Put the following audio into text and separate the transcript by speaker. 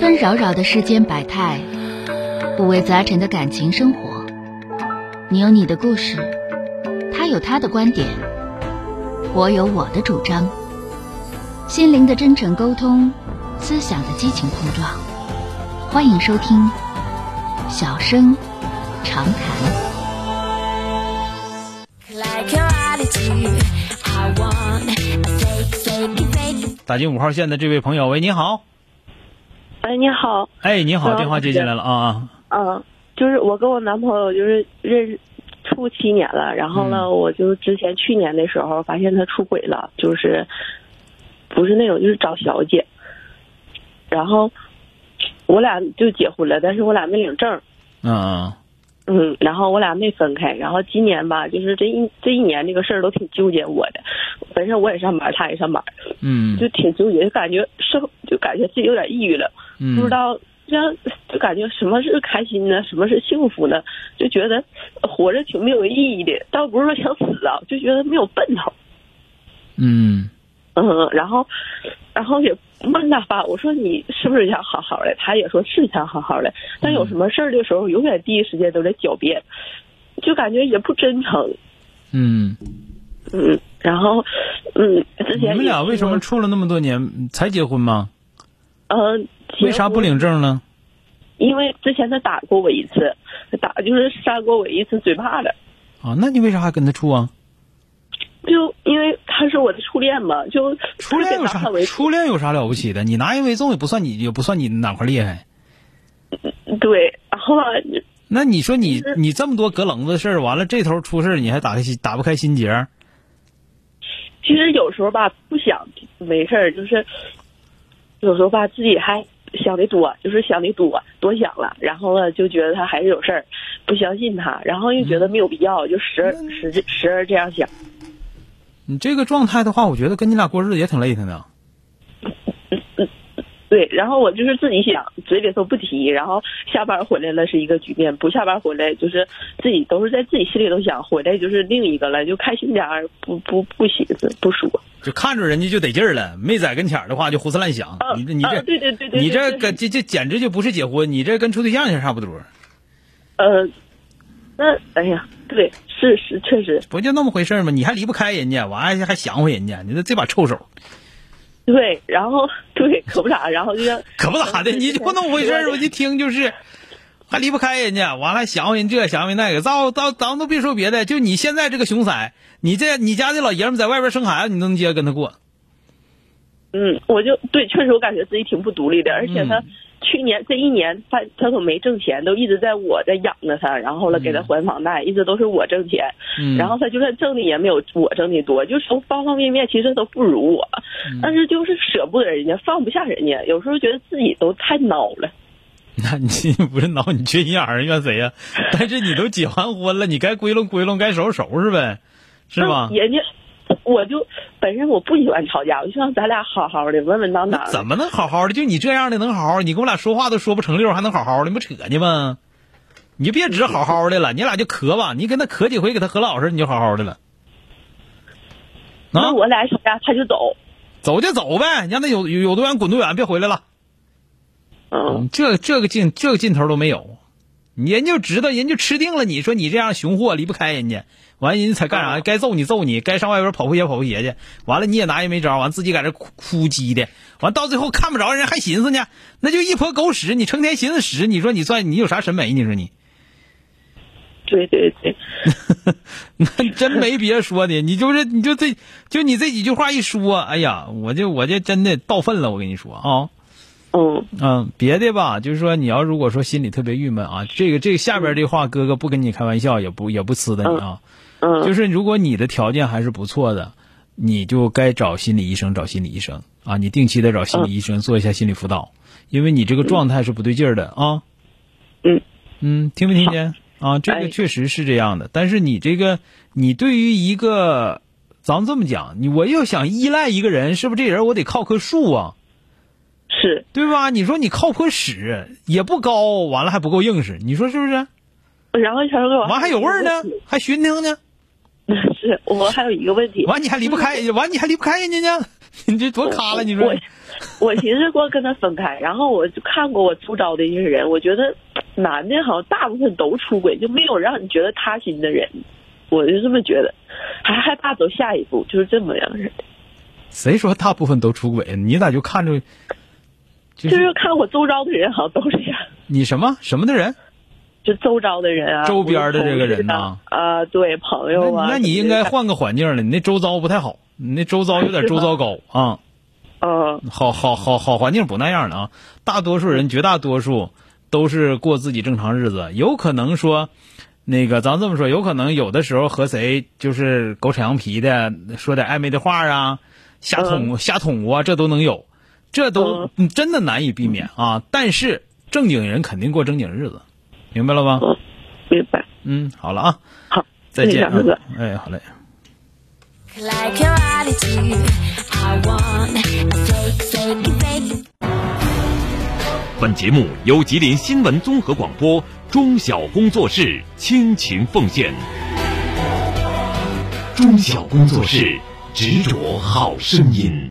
Speaker 1: 纷扰扰的世间百态，五味杂陈的感情生活。你有你的故事，他有他的观点，我有我的主张。心灵的真诚沟通，思想的激情碰撞。欢迎收听《小声长谈》。
Speaker 2: Like your attitude, I want a fake, fake, fake.
Speaker 3: 打进五号线的这位朋友，喂，你好，
Speaker 4: 哎，你好，
Speaker 3: 哎，你好，
Speaker 4: 嗯
Speaker 3: 电话接进来了啊啊，
Speaker 4: 嗯，就是我跟我男朋友就是认识处七年了，然后呢，我就之前去年的时候发现他出轨了，就是不是那种就是找小姐，然后我俩就结婚了，但是我俩没领证，
Speaker 3: 嗯嗯
Speaker 4: 嗯，然后我俩没分开，然后今年吧，就是这一这一年这个事儿都挺纠结我的，本身我也上班，他也上班，
Speaker 3: 嗯
Speaker 4: 就挺纠结，就感觉生就感觉自己有点抑郁了。
Speaker 3: 嗯，
Speaker 4: 不知道，这样就感觉什么是开心呢，什么是幸福呢？就觉得活着挺没有意义的，倒不是说想死啊，就觉得没有奔头。
Speaker 3: 嗯，
Speaker 4: 嗯，然后，然后也问他吧，我说你是不是想好好的？他也说是想好好的，但
Speaker 3: 嗯
Speaker 4: 有什么事儿的时候，永远第一时间都在狡辩，就感觉也不真诚。
Speaker 3: 嗯，
Speaker 4: 嗯，然后，嗯，之
Speaker 3: 你
Speaker 4: 前
Speaker 3: 们俩为什么
Speaker 4: 也
Speaker 3: 处了那么多年才结婚吗？
Speaker 4: 说？嗯、
Speaker 3: 为啥不
Speaker 4: 领？
Speaker 3: 领证呢？
Speaker 4: 因为之前他打过我一次，打就是扇过我一次嘴巴子。
Speaker 3: 啊，那你为啥还跟他处啊？
Speaker 4: 就因为他是我的初恋嘛，就
Speaker 3: 初恋有
Speaker 4: 他给
Speaker 3: 啥
Speaker 4: 他为？
Speaker 3: 初恋有啥了不起的？你拿人为重也不算你，也不算你哪块厉害。
Speaker 4: 对，然后吧，啊
Speaker 3: 那你说你
Speaker 4: 就是
Speaker 3: 你这么多隔棱子事儿，完了这头出事儿，你还打开心打不开心结儿？
Speaker 4: 其实有时候吧不想没事儿，就是有时候吧自己还想的多，就是想的多多想了，然后呢就觉得他还是有事儿，不相信他，然后又觉得没有必要，就时而
Speaker 3: 嗯
Speaker 4: 时时而这样想。
Speaker 3: 你这个状态的话，我觉得跟你俩过日子也挺累挺的。
Speaker 4: 对，然后我就是自己想，嘴里头不提，然后下班回来了是一个局面，不下班回来就是自己都是在自己心里头想，回来就是另一个了，就开心点儿，不不不寻思不说。
Speaker 3: 就看着人家就得劲儿了，没在跟前儿的话就胡思乱想。
Speaker 4: 啊
Speaker 3: 你这你这、
Speaker 4: 啊对对对对，
Speaker 3: 你这
Speaker 4: 对
Speaker 3: 跟这这简直就不是结婚，你这跟处对象也差不多，
Speaker 4: 呃，那哎呀，对，是是确实
Speaker 3: 不就那么回事儿吗？你还离不开人家，完还还降回人家，你这这把臭手，
Speaker 4: 对，然后对可不咋，然后就像
Speaker 3: 可不咋的，你就那么回事儿吗？一听就是，还离不开人家，完了还降回人这，降回那个，到到咱们都别说别的，就你现在这个熊色，你这你家这老爷们在外边生孩子，你都能接着跟他过，
Speaker 4: 嗯，我就对，确实我感觉自己挺不独立的，而且
Speaker 3: 嗯
Speaker 4: 他去年这一年他他都没挣钱，都一直在我在养着他，然后了给他还房贷，一直都是我挣钱，
Speaker 3: 嗯，
Speaker 4: 然后他就算挣的也没有我挣的多，就是从方方面面其实都不如我，
Speaker 3: 嗯
Speaker 4: 但是就是舍不得人家，放不下人家，有时候觉得自己都太孬了。
Speaker 3: 那你不是挠你缺心眼儿，啊怨谁呀、 但是你都结完婚了，你该归拢归拢，该收拾收拾呗，是吧？
Speaker 4: 人家，啊我就本身我不喜欢吵架，我就想咱俩好好的，稳稳当当
Speaker 3: 那
Speaker 4: 的。
Speaker 3: 怎么能好好的？就你这样的能好好？你跟我俩说话都说不成溜儿，还能好好的？你不扯呢吗？你就别只好好的了，你俩就磕吧，你跟他磕几回，给他磕老实，你就好好的了。啊
Speaker 4: 那，我俩吵架他就走，
Speaker 3: 走就走呗，让他有有有多远滚多远，别回来了。
Speaker 4: 嗯，
Speaker 3: 这这个劲这个劲头都没有，人就知道，人就吃定了你。说你这样熊货离不开人家，完人家才干啥？
Speaker 4: 嗯
Speaker 3: 该揍你揍你，该上外边跑皮鞋跑皮鞋去。完了你也拿人没招，完自己在这哭哭唧的，完到最后看不着人还寻思呢，那就一坨狗屎！你成天寻思屎，你说你算你有啥审美？你说 你，
Speaker 4: 对对对，
Speaker 3: 那真没别说的，你就是你就这就你这几句话一说，哎呀，我就我就真的到份了，我跟你说啊。
Speaker 4: 嗯
Speaker 3: 嗯，别的吧，就是说你要如果说心里特别郁闷啊，这个这
Speaker 4: 嗯
Speaker 3: 个下边这话，哥哥不跟你开玩笑，也不也不呲的你啊。
Speaker 4: 嗯，
Speaker 3: 就是如果你的条件还是不错的，你就该找心理医生，找心理医生啊，你定期的找心理医生做一下心理辅导，因为你这个状态是不对劲儿的啊。
Speaker 4: 嗯
Speaker 3: 嗯，听没听见啊？这个
Speaker 4: 哎
Speaker 3: 确实是这样的，但是你这个，你对于一个，咱们这么讲，你我要想依赖一个人，是不是这人我得靠棵树啊？
Speaker 4: 是
Speaker 3: 对吧？你说你靠坡屎也不高，完了还不够硬实，你说是不是？
Speaker 4: 然后小哥，
Speaker 3: 完还有味儿呢，还寻听呢，
Speaker 4: 是我还有一个问 题，
Speaker 3: 完你还离不开，完你还离不开人家呢，你这多咖了，你说
Speaker 4: 嗯我？我寻思过跟他分开，然后我就看过我出招的那些人，我觉得男的好像大部分都出轨，就没有让你觉得踏心的人，我就这么觉得，还害怕走下一步，就是这么样式
Speaker 3: 嗯
Speaker 4: 的。
Speaker 3: 谁说大部分都出轨？你咋就看着？就
Speaker 4: 就是是看我周遭的人好像都这样，
Speaker 3: 你什么什么的人？
Speaker 4: 就周遭的人啊，
Speaker 3: 周边的这个人呐
Speaker 4: 呐、啊，对朋友啊，
Speaker 3: 那那你应该换个环境了，你那周遭不太好，你那周遭有 点周糟糕啊。
Speaker 4: 嗯，
Speaker 3: 好好好好环境不那样的啊，大多数人绝大多数都是过自己正常日子，有可能说。那个，咱这么说，有可能有的时候和谁就是狗扯羊皮的，说点暧昧的话啊，瞎捅、瞎捅啊，这都能有，这都、嗯真的难以避免啊。但是正经人肯定过正经日子，明白了吗？
Speaker 4: 明白。
Speaker 3: 嗯，好了啊，
Speaker 4: 好，
Speaker 3: 再见、
Speaker 4: 那你讲这
Speaker 3: 啊
Speaker 4: 个。
Speaker 3: 哎，好嘞。
Speaker 2: Like your attitude, I want a fake, fake, fake.
Speaker 5: 本节目由吉林新闻综合广播中小工作室倾情奉献。中小工作室执着好声音。